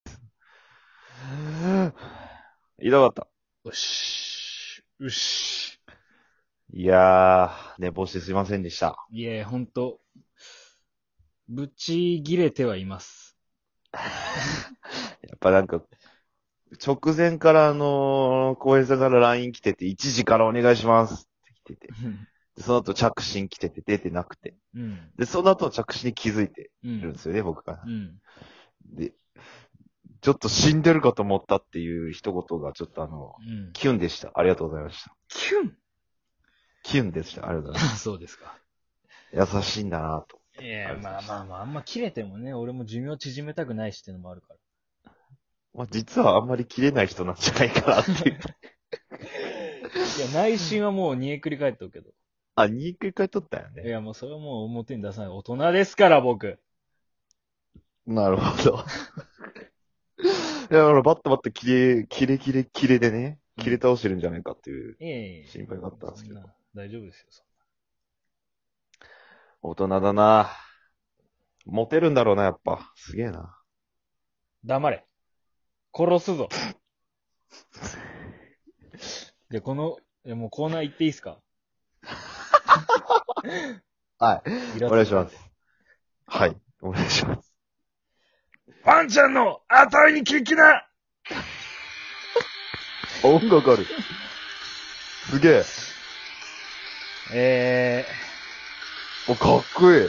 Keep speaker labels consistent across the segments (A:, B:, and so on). A: 痛かった。
B: うっし、うっし。
A: いやー、寝坊してすいませんでした。
B: いえ、ほんと、ぶち切れてはいます。
A: やっぱなんか、直前からあのー、浩平さんから LINE 来てて、1時からお願いしますって来てて、でその後着信来てて出てなくて、
B: うん。
A: で、その後の着信に気づいて
B: う
A: るん
B: ん
A: で。すよね、僕が
B: う。ん。
A: で、ちょっと死んでるかと思ったっていう一言がちょっとあの、
B: うん。
A: キュンでした。ありがとうございました。
B: キュン
A: キュンでした。ありがとうござい
B: そうですか。
A: ます。優しいんだなと。
B: いや
A: あ、りがとう
B: ま
A: ございま
B: あ
A: す
B: まあまあ、あんま切れてもね、俺も寿命縮めたくないしってのもあるから。
A: まあ、実はあんまり切れない人なんじゃないかなっていう。
B: いや、内心はもう煮えくり返っとくけど。
A: あ、2回買いとったよ
B: い
A: ね。
B: や、もうそれはもう表に出さない。大人ですから、僕。
A: なるほど。いや、ほら、バッとバッと切れ、切れ切れ切れでね、切れ倒してるんじゃないかっていう
B: いえいえ。
A: 心配があったんですけど
B: そ。な大丈夫ですよ。
A: 大人だなモテるんだろうな、やっぱ。すげえな。
B: 黙れ。殺すぞ。で、この、いやもうコーナー行っていいですか
A: はい。
B: イ
A: お願いします。。はい。お願いします。
B: ワンちゃんの値に聞きな
A: 音楽ある。すげえ。
B: え
A: お、かっこいい。
B: ー、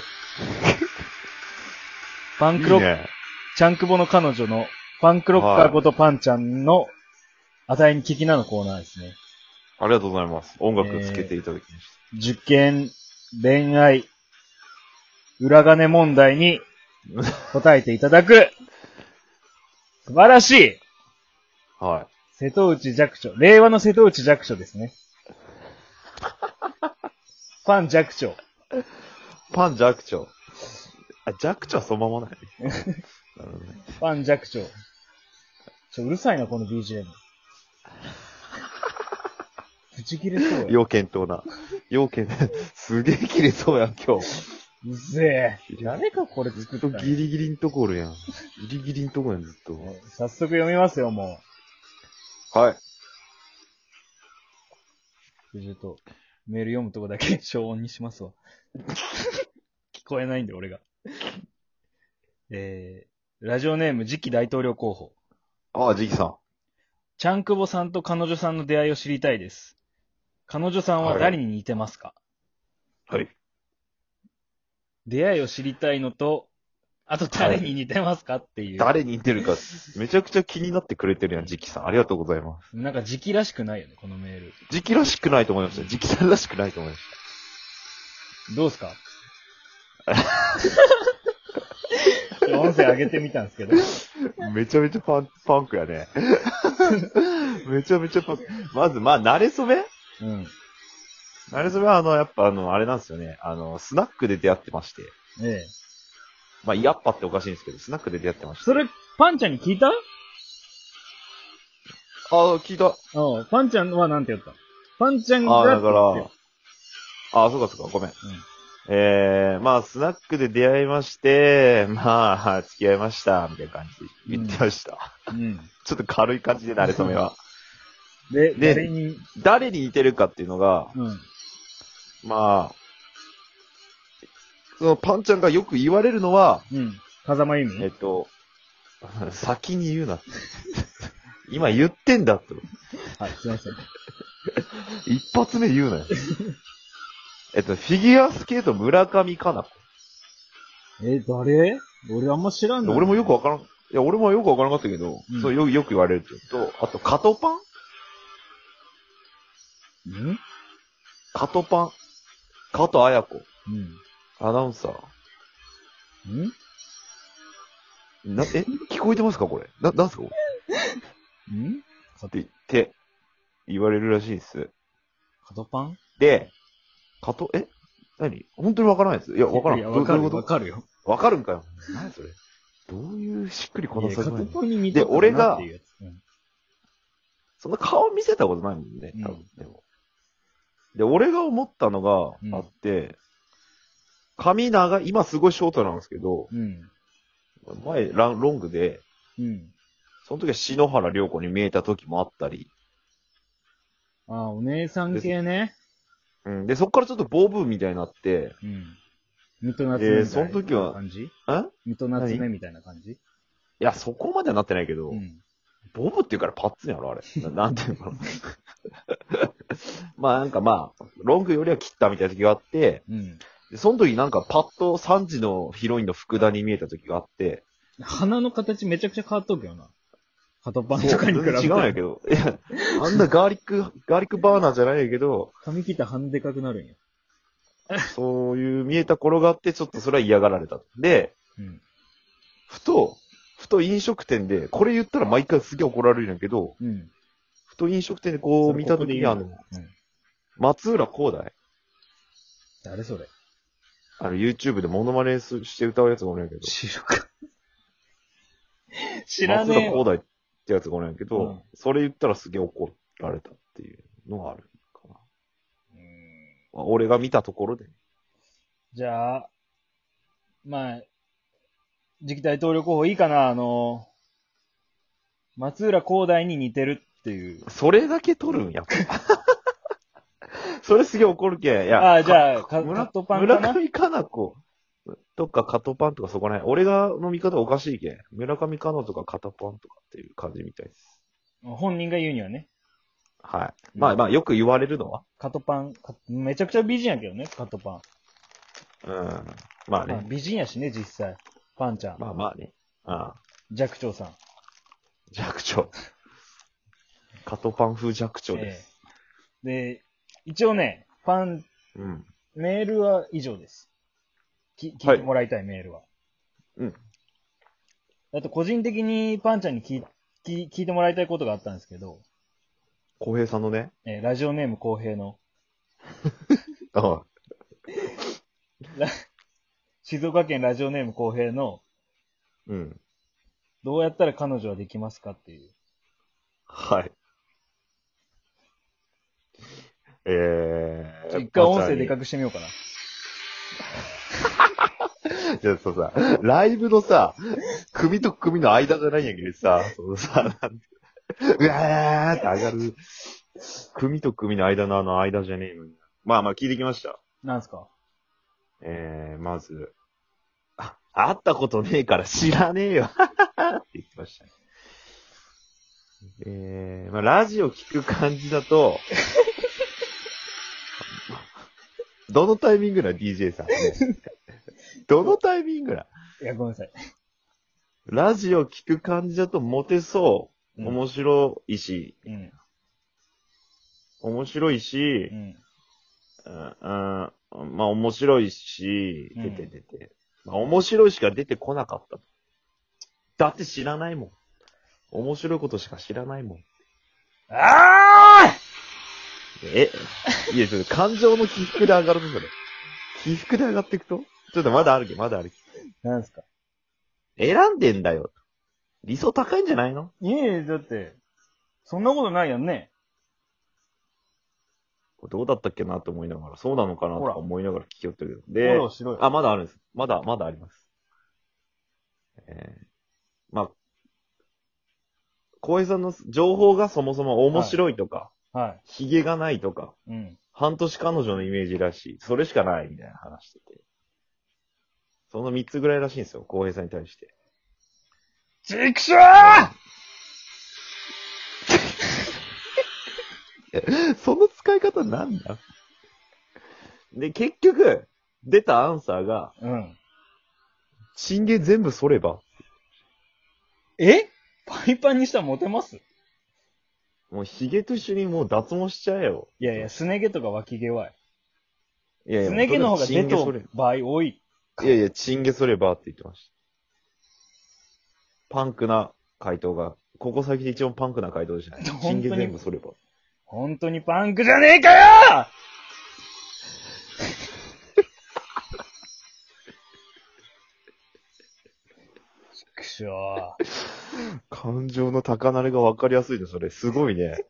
B: パンクロッ、
A: いいね。
B: チャンクボの彼女の、パンクロッカーことパンちゃんの値に聞きなのコーナーですね。
A: ありがとうございます。音楽つけていただきまし
B: 受験、恋愛、裏金問題に答えていただく、素晴らしい
A: た。はい。
B: 瀬戸内弱長。令和の瀬戸内弱長で すね。ファン弱長。
A: パン弱長。あ、弱長はそのまま ない。なるほどね。
B: ファン弱長。ちょ、うるさいな、この BGM。ぶち切れそうや。
A: 要検討な。要検、すげえ切れそうやん、今日。
B: うっせえ。誰かこれ作
A: ずっ
B: った
A: と
B: の
A: ギリギリんとこおるやん。ギリギリんとこやん、ずっと。
B: 早速読みますよ、も
A: はい。
B: う。ちょっと、メール読むとこだけ 消音に しますわ。聞こえないんで、俺が。えー、ラジオネーム次期大統領候補。
A: あ、ジキさん。
B: ちゃんくぼさんと彼女さんの出会いを知りたいです。彼女さんは誰に似てますか、
A: はい。
B: 出会いを知りたいのと、あと誰に似てますかっていう。
A: 誰に似てるか、めちゃくちゃ気になってくれてるやん、ジキさん。ありがとうございます。
B: なんか時期らしくないよね、このメール。
A: ジキらしくないと思いました。ジキさんらしくないと思いまし
B: ど うすかいや音声上げてみたんですけど。
A: た。めちゃめちゃパン、パンクやね。 めちゃめちゃパンク。まず、まあ、慣れ初め
B: うん。
A: 慣れ初めは、あの、やっぱ、あの、あれなんですよね。あの、スナックで出会ってまして。
B: ええ。
A: まあ、やっぱっておかしいんですけど、スナックで出会ってました。
B: それ、パンちゃんに聞いた
A: ああ、聞いた。
B: うん。パンちゃんはなんて言ったパンちゃんが。
A: ああ、だから、ああ、そうかそうか、ごめん。ええまあ、スナックで出会いまして、まあ、付き合いました、みたいな感じで言ってました。
B: うん。
A: ちょっと軽い感じで、慣れ初めは。
B: で、
A: で
B: 誰に、
A: 誰に似てるかっていうのが、
B: うん。
A: まあ、そのパンちゃんがよく言われるのは、
B: うん。風間由
A: えっ
B: 美
A: と、先に言うなって。今言ってんだって。
B: はい、すいません。
A: 一発目言うなよ。えっと、フィギュアスケート村上かな子。
B: え、誰俺あんま知らんの
A: 俺もよくわからん、いや、俺もよくわからなかったけど、
B: うん
A: そうよよく言われるっていうのと、あと、カトパン
B: うんうん。
A: カトパン。加藤綾子。アナウンサー。
B: うん
A: な、え、聞こえてますかこれ。な、なんすかこ
B: う
A: れ
B: ん
A: って、って、言われるらしいです。
B: カトパン
A: で、加藤、え何本当にわからないです。いや、わからん。
B: いや
A: ど
B: わ
A: うど
B: か
A: うい
B: る
A: うこ
B: よ。わ
A: と
B: かるよ。
A: わかるんかよ。何それ。どういうしっくりこないさ
B: やカ
A: 具合
B: トパンに似
A: で
B: てた
A: 俺が
B: なっていうやつうん
A: そんな顔見せたことないもんね、多分、
B: うん
A: でも。で、俺が思ったのがあって、髪長い、今すごいショートなんですけど、
B: うん。
A: 前ラン、ロングで、
B: うん。
A: その時は篠原涼子に見えた時もあったり。
B: あ、お姉さん系ね。
A: うん。で、そっからちょっとボブみたいになって、
B: うん。ミトナツメみたいな
A: えーその時は
B: 感じ
A: んい
B: ミトナツメみたいな感じ
A: や、そこまではなってないけど、
B: うん。
A: ボブっていうからパッツンやろ、あれ。ななんていうの かな。まあなんかまあ、ロングよりは切ったみたいな時があって、
B: うん。
A: でその時なんかパッと3時のヒロインの福田に見えた時があって、
B: 鼻の形めちゃくちゃ変わっとくよな。鳩パンとかに比べ
A: 全然
B: て。
A: 違うんやけど。いや、あんなガーリック、ガーリックバーナーじゃないんやけど、
B: 髪切ったら鼻でかくなるんや。
A: そういう見えた頃があって、ちょっとそれは嫌がられた。で、
B: うん。
A: ふと、ふと飲食店で、これ言ったら毎回すげえ怒られるんやけど、
B: うん。
A: ふと飲食店でこう見た時に、あの、
B: うん。
A: 松浦光大、
B: 誰それ
A: あの、YouTube でモノマネすして歌うやつがおるんやけど、
B: 知るか。知ら
A: 松
B: ねえ
A: 浦
B: わ。
A: 光大ってやつがおるんやけど、
B: うん
A: それ言ったらすげえ怒られたっていうのがあるかな。
B: うん
A: まあ俺が見たところでね。
B: じゃあ、まあ、次期大統領候補いいかなあの、松浦光大に似てるっていう。
A: それだけ取るんやっ ぱ。それすげえ怒るけん。いや、
B: ああ、じゃあ、かカ
A: 村
B: ットパンか
A: 村
B: な
A: 上かな子とかカトパンとかそこら辺。俺がの見方おかしいけん。村上かなとかカトパンとかっていう感じみたいです。
B: 本人が言うにはね。
A: はい。まあまあ、よく言われるのは。
B: カットパン、カめちゃくちゃ美人やけどね、カットパン。
A: うん。まあ
B: まあ
A: ね。
B: 美人やしね、実際。パンちゃん。
A: まあまあね。うん。
B: 寂聴さん。
A: 弱調。カトパン風弱調です。
B: ええで、一応ね、パン、
A: うん。
B: メールは以上です。き聞いてもらいたいメールは。
A: うん。
B: あと、個人的にパンちゃんに聞い聞い聞いてもらいたいことがあったんですけど、
A: 浩平さんのね。
B: えーラジオネーム公平の、
A: うん。
B: 静岡県ラジオネーム公平の、
A: うん。
B: どうやったら彼女はできますかっていう。
A: はい。え
B: ち
A: ー。
B: ょっと一回音声で
A: か
B: かくしてみようかな。
A: じゃあ、そうさ、ライブのさ、組と組の間じゃないんやけどさ、そのさ、なんてうわーって上がる。組と組の間のあの間じゃねえのに。まあまあ聞いてきました。
B: なんすか
A: えー、まず、あ、会ったことねえから知らねえよ。って言ってましたね。えー、まあラジオ聞く感じだと、どのタイミングな DJ さんね。どのタイミングない
B: や、ごめんなさい。
A: ラジオ聞く感じだとモテそう。
B: うん
A: 面白いし、
B: うん。
A: 面白いし
B: う、ん。
A: うん、うんまあ面白いし、
B: うん
A: 出て出て。まあ面白いしか出てこなかった。だって知らないもん。面白いことしか知らないもん。
B: あー
A: え、 いや、ちょっと感情の起伏で上がるのそれ。起伏で上がっていくとちょっとまだあるけど、まだある
B: なんすか
A: けど。選んでんだよ。理想高いんじゃないの
B: いえいえ、だって、そんなことないやんね。
A: どうだったっけなと思いながら、そうなのかなとか思いながら聞きよってるけど。
B: フォ
A: で、
B: ローしろよ。
A: あ、まだあるんです。まだ、まだあります。えー、まあ、浩平さんの情報がそもそも面白いとか、
B: は
A: ヒゲがないとか、
B: い。うん。
A: 半年彼女のイメージらしい、それしかないみたいな話してて。その3つぐらいらしいんですよ、浩平さんに対して。
B: ちくしょー
A: その使い方なんだで、結局、出たアンサーが、
B: うん。
A: チンゲ全部剃れば、
B: えパンパンにしたらモテます
A: もうヒゲと一緒にもう脱毛しちゃえよ。
B: いやいや、すね毛とか脇毛は。
A: いやいや、
B: すね毛の方が出
A: チンゲ剃
B: と
A: れ
B: る場合多い。
A: いやいや、チンゲそればって言ってました。パンクな回答が、ここ最近で一番パンクな回答でしたね。
B: 本当
A: チン
B: に
A: ゲ全部それば。
B: 本当にパンクじゃねえかよくしょー
A: 感情の高鳴りが分かりやすいね、それ。すご いね。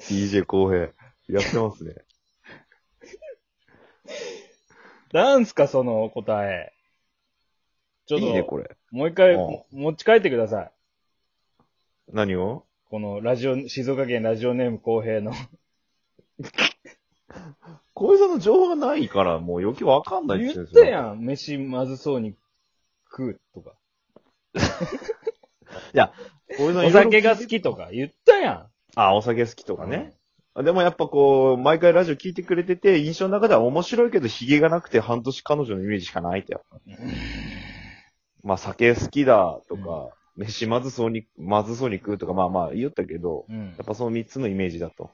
A: DJ 公平。やってますね。
B: なんすか、その 答え。ちょっと、
A: いいね、これ。
B: もう一回
A: うん
B: 持ち帰ってください。
A: 何を
B: このラジオ、静岡県ラジオネーム公平の。
A: 小江さんの情報がないから、もう余計わかんない
B: 言
A: ですよ
B: った
A: ん。
B: やん。飯まずそうに食うとか。
A: 小江さん
B: お酒が好きとか言ったや
A: あ、お酒好きとか
B: ん。
A: ね。。でもやっぱこう、毎回ラジオ聞いてくれてて、印象の中では面白いけど、髭がなくて半年彼女のイメージしかないってやっぱ。まあ酒好きだとか、飯まずそうに、まずそうに食うとか、まあまあ言ったけど、
B: うん
A: やっ。ぱその3つのイメージだと。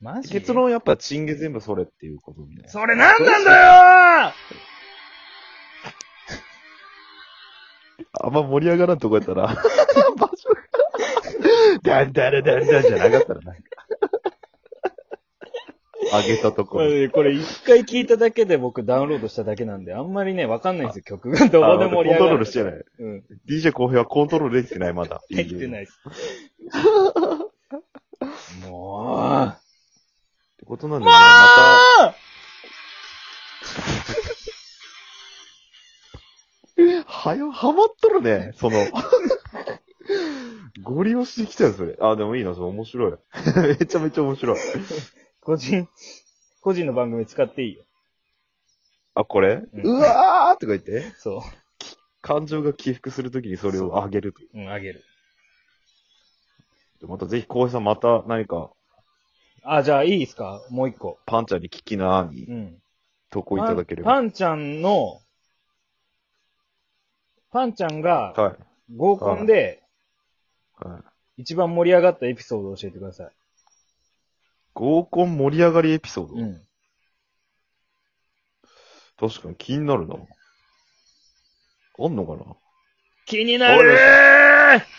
B: マジ
A: 結論やっぱチンゲ全部それっていうことみたいな。
B: それなんなんだよ
A: あんま盛り上がらんとこやった ら、場所が、ダンダラダンダンじゃなかったら なんか。あげたとこ
B: こ
A: ろ。
B: れ、これ一回聞いただけで僕ダウンロードしただけなんで、あんまりね、わかんないんですよ、曲が。どこでも盛り上がる。
A: コントロールしてない。
B: うん。
A: DJ 公平はコントロールできてない、まだ。。
B: できてない
A: っ
B: いです。もう。
A: てことなんだよね。また、はよ、はまっとるね、その。ゴリ押してきたよ、それ。あ、でもいいな、それ面白い。 めちゃめちゃ面白い。
B: 個人、個人の番組使っていいよ。
A: あ、これ、
B: う
A: うんわーとか言って、
B: そ
A: 感情が起伏するときにそれをあげると。
B: う。うん、あげる。
A: またぜひ、浩平さん、また何か、
B: あ、じゃあいいですかもう一個。
A: パンちゃんに聞きなーに
B: うん。
A: 投稿いただけれ
B: パン
A: ば。
B: パンちゃんの、パンちゃんが
A: は
B: 合コンで
A: い。はい、
B: 一番盛り上がったエピソードを教えてください。
A: 合コン盛り上がりエピソード。
B: うん。
A: 確かに気になるな。あんのかな
B: 気に
A: なる
B: ー